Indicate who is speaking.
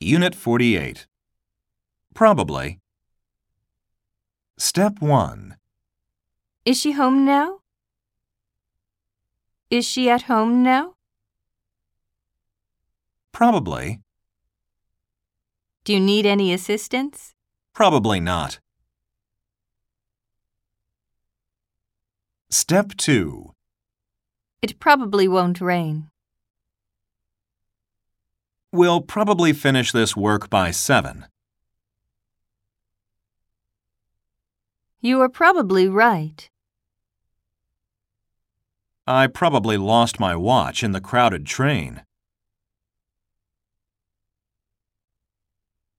Speaker 1: Unit 48. Probably. Step 1.
Speaker 2: Is she home now? Is she at home now?
Speaker 1: Probably.
Speaker 2: Do you need any assistance?
Speaker 1: Probably not. Step 2.
Speaker 2: It probably won't rain.
Speaker 1: We'll probably finish this work by 7.
Speaker 2: You are probably right.
Speaker 1: I probably lost my watch in the crowded train.